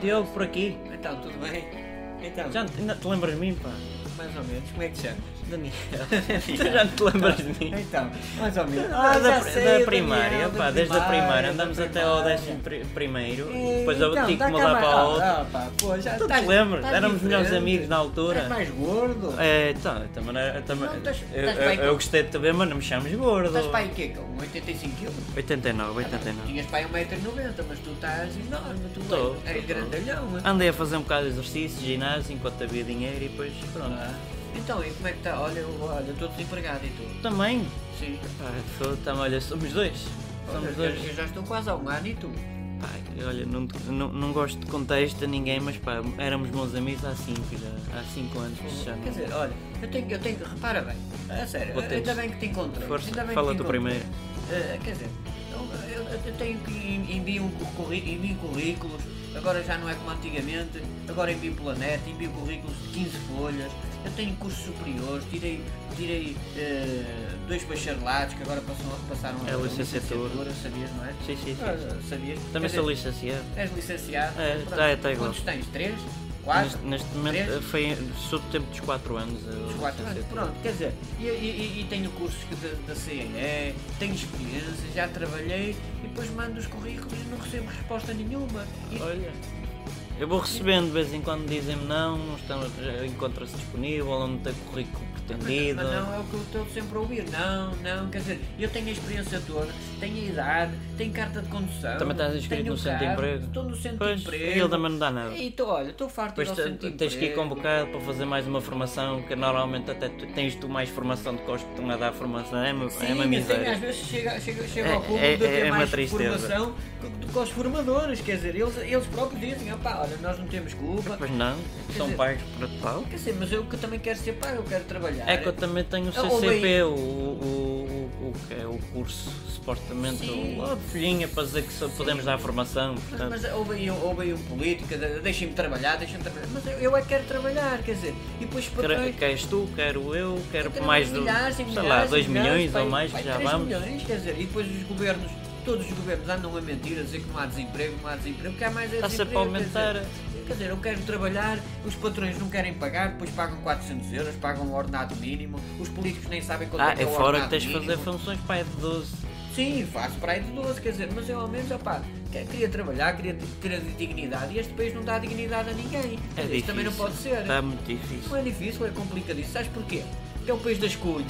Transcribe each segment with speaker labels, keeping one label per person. Speaker 1: Diogo por aqui.
Speaker 2: Então, tudo bem? Então,
Speaker 1: Já ainda te lembras de mim, pá?
Speaker 2: mais ou menos, como é que te chamas?
Speaker 1: Daniel. Tu já não te lembras de mim?
Speaker 2: Então, mais ou menos.
Speaker 1: Ah, da,
Speaker 2: já sei, Daniel,
Speaker 1: da primária, pá, desde a primária andamos
Speaker 2: da
Speaker 1: até ao
Speaker 2: primária.
Speaker 1: décimo pri- primeiro,
Speaker 2: Eh,
Speaker 1: depois eu
Speaker 2: então,
Speaker 1: tive
Speaker 2: dá
Speaker 1: que
Speaker 2: cá
Speaker 1: mudar
Speaker 2: mais-
Speaker 1: para a
Speaker 2: ah,
Speaker 1: outra.
Speaker 2: ah, pá, pô, já
Speaker 1: Tu te
Speaker 2: estás-
Speaker 1: lembras?
Speaker 2: estás
Speaker 1: Éramos melhores
Speaker 2: diferente.
Speaker 1: amigos na altura.
Speaker 2: Estás mais gordo.
Speaker 1: É, tá, eu também, eu também,
Speaker 2: Não, estás-
Speaker 1: eu,
Speaker 2: estás bem
Speaker 1: eu- eu gostei de te ver, mas não me chames gordo.
Speaker 2: Estás para aí quê? Com 85kg?
Speaker 1: 89, 89.
Speaker 2: Tinhas para aí 1,90m, mas tu estás enorme, tu
Speaker 1: Tô,
Speaker 2: és-
Speaker 1: tô,
Speaker 2: és
Speaker 1: tô.
Speaker 2: grandalhão. então. hein?
Speaker 1: Andei a fazer um bocado de exercício, ginásio, enquanto havia dinheiro e depois pronto.
Speaker 2: Então, e como é que está? Olha, eu- olha, estou desempregado e tu?
Speaker 1: Também,
Speaker 2: Sim.
Speaker 1: pá, foda, tamo, olha, somos dois.
Speaker 2: Olha,
Speaker 1: Somos
Speaker 2: eu,
Speaker 1: dois.
Speaker 2: eu já estou quase há um ano e tu?
Speaker 1: Pá, olha, não, não, não gosto de contexto a ninguém, mas pá, éramos bons amigos há 5 já, há 5 anos que já não-
Speaker 2: Quer dizer, olha, eu tenho, eu tenho, repara bem, a sério,
Speaker 1: Boa
Speaker 2: ainda
Speaker 1: tens.
Speaker 2: bem que te encontrei.
Speaker 1: Força,
Speaker 2: ainda bem que
Speaker 1: fala
Speaker 2: te
Speaker 1: tu
Speaker 2: encontrei.
Speaker 1: primeiro.
Speaker 2: Eh, quer dizer, eu, eu- eu tenho que en- envio, um curri- envio currículos, agora já não é como antigamente, agora envio pela net, envio currículos de 15 folhas, eu tenho cursos superiores, tirei, tirei eh, dois bacharelados que agora passam, passaram
Speaker 1: É,
Speaker 2: a
Speaker 1: licenciatura.
Speaker 2: sabias, não é?
Speaker 1: Sim, sim, sim.
Speaker 2: Ah, sabias?
Speaker 1: Também
Speaker 2: Quer
Speaker 1: sou
Speaker 2: dizer,
Speaker 1: licenciado.
Speaker 2: És licenciado?
Speaker 1: É,
Speaker 2: Pronto.
Speaker 1: tá- tá igual.
Speaker 2: Quantos tens? Três? Quatro?
Speaker 1: Neste, neste momento eh,
Speaker 2: Três?
Speaker 1: foi, sou do tempo dos 4 anos. eh, eu-
Speaker 2: Os quatro anos, pronto, quer dizer, e, e- e- e tenho cursos que da, da CNE, tenho experiência, já trabalhei e depois mando os currículos e não recebo resposta nenhuma. E-
Speaker 1: Olha. Eu vou recebendo de vez em quando dizem-me não, não estão- já encontra-se disponível, ou não tem currículo
Speaker 2: mas,
Speaker 1: pretendido.
Speaker 2: mas não é o que eu estou sempre a ouvir, não, não, quer dizer, eu tenho a experiência toda, tenho a idade, tenho carta de condução.
Speaker 1: Também estás inscrito
Speaker 2: tenho um
Speaker 1: no centro de
Speaker 2: carro,
Speaker 1: emprego.
Speaker 2: Estou no centro
Speaker 1: Pois,
Speaker 2: de emprego. É
Speaker 1: ele também não dá nada.
Speaker 2: E estou, olha, estou farto de ir
Speaker 1: Depois
Speaker 2: ao
Speaker 1: te-
Speaker 2: centro de
Speaker 1: tens que ir
Speaker 2: emprego.
Speaker 1: convocado para fazer mais uma formação, que normalmente até tu- tens tu mais formação do que os que estão a dar formação. É, uma-
Speaker 2: Sim,
Speaker 1: é uma
Speaker 2: eu tenho,
Speaker 1: miséria.
Speaker 2: às vezes chega, chega, chega
Speaker 1: É-
Speaker 2: ao público
Speaker 1: é-
Speaker 2: de eu ter
Speaker 1: é uma
Speaker 2: mais
Speaker 1: tristeza.
Speaker 2: formação que, do que aos formadores, quer dizer, eles, eles próprios dizem, opá, olha, nós não temos culpa.
Speaker 1: Pois não, são
Speaker 2: dizer-
Speaker 1: pagos para tal.
Speaker 2: Quer dizer, mas eu que também quero ser pai, eu quero trabalhar.
Speaker 1: É que eu também tenho o
Speaker 2: Ah, ouve
Speaker 1: CCP, o, o, o, o que é o curso, supostamente,
Speaker 2: Sim.
Speaker 1: o- a folhinha para dizer que só podemos dar formação,
Speaker 2: Mas,
Speaker 1: portanto.
Speaker 2: mas houve aí, um- houve aí um político, de- deixem-me trabalhar, deixem-me trabalhar. Mas eu, eu é que quero trabalhar, quer dizer, e depois os
Speaker 1: Quer-
Speaker 2: patrões...
Speaker 1: Queres tu, quero eu, quero
Speaker 2: Queremos
Speaker 1: mais do,
Speaker 2: milhares e
Speaker 1: sei lá,
Speaker 2: milhares e
Speaker 1: 2
Speaker 2: milhares,
Speaker 1: milhões
Speaker 2: pai,
Speaker 1: ou mais,
Speaker 2: pai,
Speaker 1: que já
Speaker 2: três
Speaker 1: vamos.
Speaker 2: milhões, quer dizer, e depois os governos, todos os governos andam a mentir, a dizer que não há desemprego, não há desemprego, que há mais é
Speaker 1: Está sempre a
Speaker 2: desemprego. quer dizer,
Speaker 1: aumentar.
Speaker 2: Quer dizer, eu quero trabalhar, os patrões não querem pagar, depois pagam 400 euros, pagam o ordenado mínimo, os políticos nem sabem quanto
Speaker 1: Ah,
Speaker 2: é que é
Speaker 1: é
Speaker 2: o
Speaker 1: fora que
Speaker 2: ordenado
Speaker 1: tens de fazer
Speaker 2: mínimo.
Speaker 1: funções, pai, de 12.
Speaker 2: Sim, faço para aí de 12, quer dizer, mas eu ao menos, opá, que- queria trabalhar, queria t- ter dignidade e este país não dá dignidade a ninguém. Quer
Speaker 1: É
Speaker 2: dizer,
Speaker 1: difícil. Tá.
Speaker 2: Isto também não pode ser.
Speaker 1: Está muito
Speaker 2: Não
Speaker 1: difícil.
Speaker 2: é difícil, é complicadíssimo. Sabes porquê? Porque é o país das cunhas.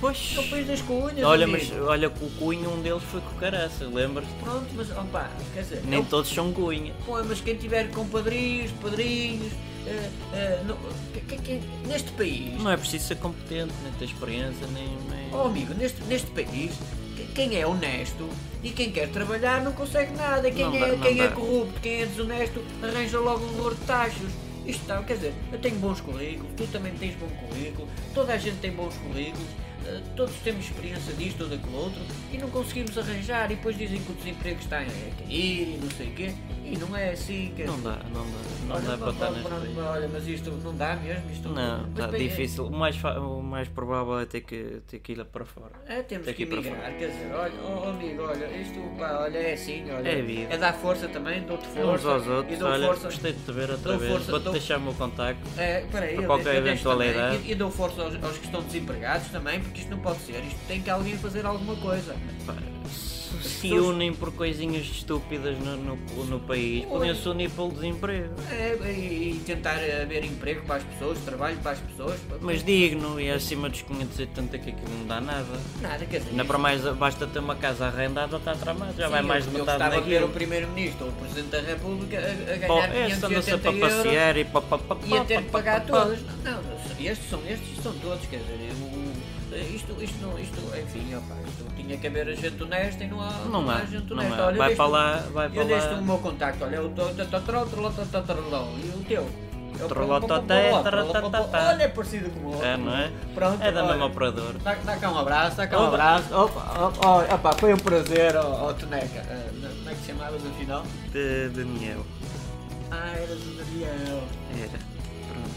Speaker 1: Pois.
Speaker 2: É o país das cunhas.
Speaker 1: Olha,
Speaker 2: amigo.
Speaker 1: mas olha que o cunho, um deles foi com o caraças, lembras-te?
Speaker 2: Pronto, mas opá, quer dizer, é
Speaker 1: Nem
Speaker 2: o-
Speaker 1: todos são cunha.
Speaker 2: Pô, mas quem tiver compadrios, padrinhos, eh, eh, não- que- que- que- neste país,
Speaker 1: Não é preciso ser competente, nem ter experiência, nem. nem-
Speaker 2: oh amigo, neste, neste país, que- quem é honesto e quem quer trabalhar não consegue nada. Quem,
Speaker 1: Não
Speaker 2: é,
Speaker 1: dá- não
Speaker 2: quem é
Speaker 1: dá.
Speaker 2: corrupto, quem é desonesto, arranja logo um louro de taxas. Isto está, quer dizer, eu tenho bons currículos, tu também tens bom currículo, toda a gente tem bons currículos, eh, todos temos experiência disto ou daquele outro e não conseguimos arranjar e depois dizem que o desemprego está a cair e não sei o quê. E não é assim, quer dizer.
Speaker 1: Não dá, não dá. Não
Speaker 2: Olha,
Speaker 1: dá
Speaker 2: mas-
Speaker 1: para estar
Speaker 2: mas-
Speaker 1: neste
Speaker 2: mas-
Speaker 1: país.
Speaker 2: Olha, mas isto não dá mesmo? Isto
Speaker 1: Não,
Speaker 2: mas
Speaker 1: está
Speaker 2: bem, é-
Speaker 1: difícil. O mais, fa- o mais provável é ter que, ter que ir lá para fora.
Speaker 2: É, temos
Speaker 1: Tem
Speaker 2: que
Speaker 1: que ir para
Speaker 2: emigrar, quer dizer, olha, oh, oh, amigo, olha, isto pá, olha, é assim, olha.
Speaker 1: É vida.
Speaker 2: É dar força também, dou-te
Speaker 1: Uns
Speaker 2: É, força.
Speaker 1: aos
Speaker 2: E
Speaker 1: outros.
Speaker 2: dou
Speaker 1: Olha,
Speaker 2: força.
Speaker 1: gostei de te ver outra
Speaker 2: dou
Speaker 1: vez.
Speaker 2: força,
Speaker 1: Vou-te
Speaker 2: dou-
Speaker 1: deixar o meu contacto.
Speaker 2: É, peraí,
Speaker 1: Para
Speaker 2: eu-
Speaker 1: qualquer
Speaker 2: eu deixo
Speaker 1: eventualidade.
Speaker 2: também, E, e dou força aos, aos que estão desempregados também, porque isto não pode ser, isto tem que alguém fazer alguma coisa.
Speaker 1: Pá, se se
Speaker 2: pessoas-
Speaker 1: unem por coisinhas estúpidas no, no, no país, podem se unir pelo desemprego.
Speaker 2: É, e, e tentar eh, haver emprego para as pessoas, trabalho para as pessoas. para-
Speaker 1: Mas digno e acima dos 580 que aquilo não dá nada.
Speaker 2: Nada, quer dizer.
Speaker 1: Ainda para mais, basta ter uma casa arrendada, está tramado. Já
Speaker 2: Sim,
Speaker 1: vai
Speaker 2: eu-
Speaker 1: mais de
Speaker 2: eu
Speaker 1: metade
Speaker 2: gostava de ver o
Speaker 1: daquilo.
Speaker 2: Primeiro-Ministro ou o Presidente da República a, a ganhar um
Speaker 1: Pô, é, se
Speaker 2: 580
Speaker 1: anda-se para
Speaker 2: euros
Speaker 1: passear e pá, pá, pá,
Speaker 2: e a
Speaker 1: pá,
Speaker 2: ter
Speaker 1: pá,
Speaker 2: de
Speaker 1: pá,
Speaker 2: pagar
Speaker 1: pá, pá.
Speaker 2: todos. Não, não, estes são, estes são todos, quer dizer, o- o- isto, isto, não, isto, enfim, opa, isto tinha que haver a gente honesta e não há,
Speaker 1: Não
Speaker 2: há,
Speaker 1: há,
Speaker 2: gente
Speaker 1: não
Speaker 2: honesta.
Speaker 1: há.
Speaker 2: Olha, eu
Speaker 1: Vai
Speaker 2: deixo-
Speaker 1: para lá, vai para
Speaker 2: Eu deixo
Speaker 1: lá.
Speaker 2: o meu contacto, olha, é o teu tatatroló, tatatroló, e o teu. É o
Speaker 1: Trolototé, tratatatá.
Speaker 2: Olha, é parecido com o outro.
Speaker 1: É, não é?
Speaker 2: Pronto,
Speaker 1: é da
Speaker 2: olha.
Speaker 1: mesma operadora.
Speaker 2: Dá, dá cá um abraço, dá cá um
Speaker 1: Opa.
Speaker 2: abraço. Opa, opa, ó, opa, foi um prazer, ó, ó Toneca. Ah, não- como é que te chamavas no final?
Speaker 1: De Daniel.
Speaker 2: Ah, eras o Daniel.
Speaker 1: Era. É, Pronto.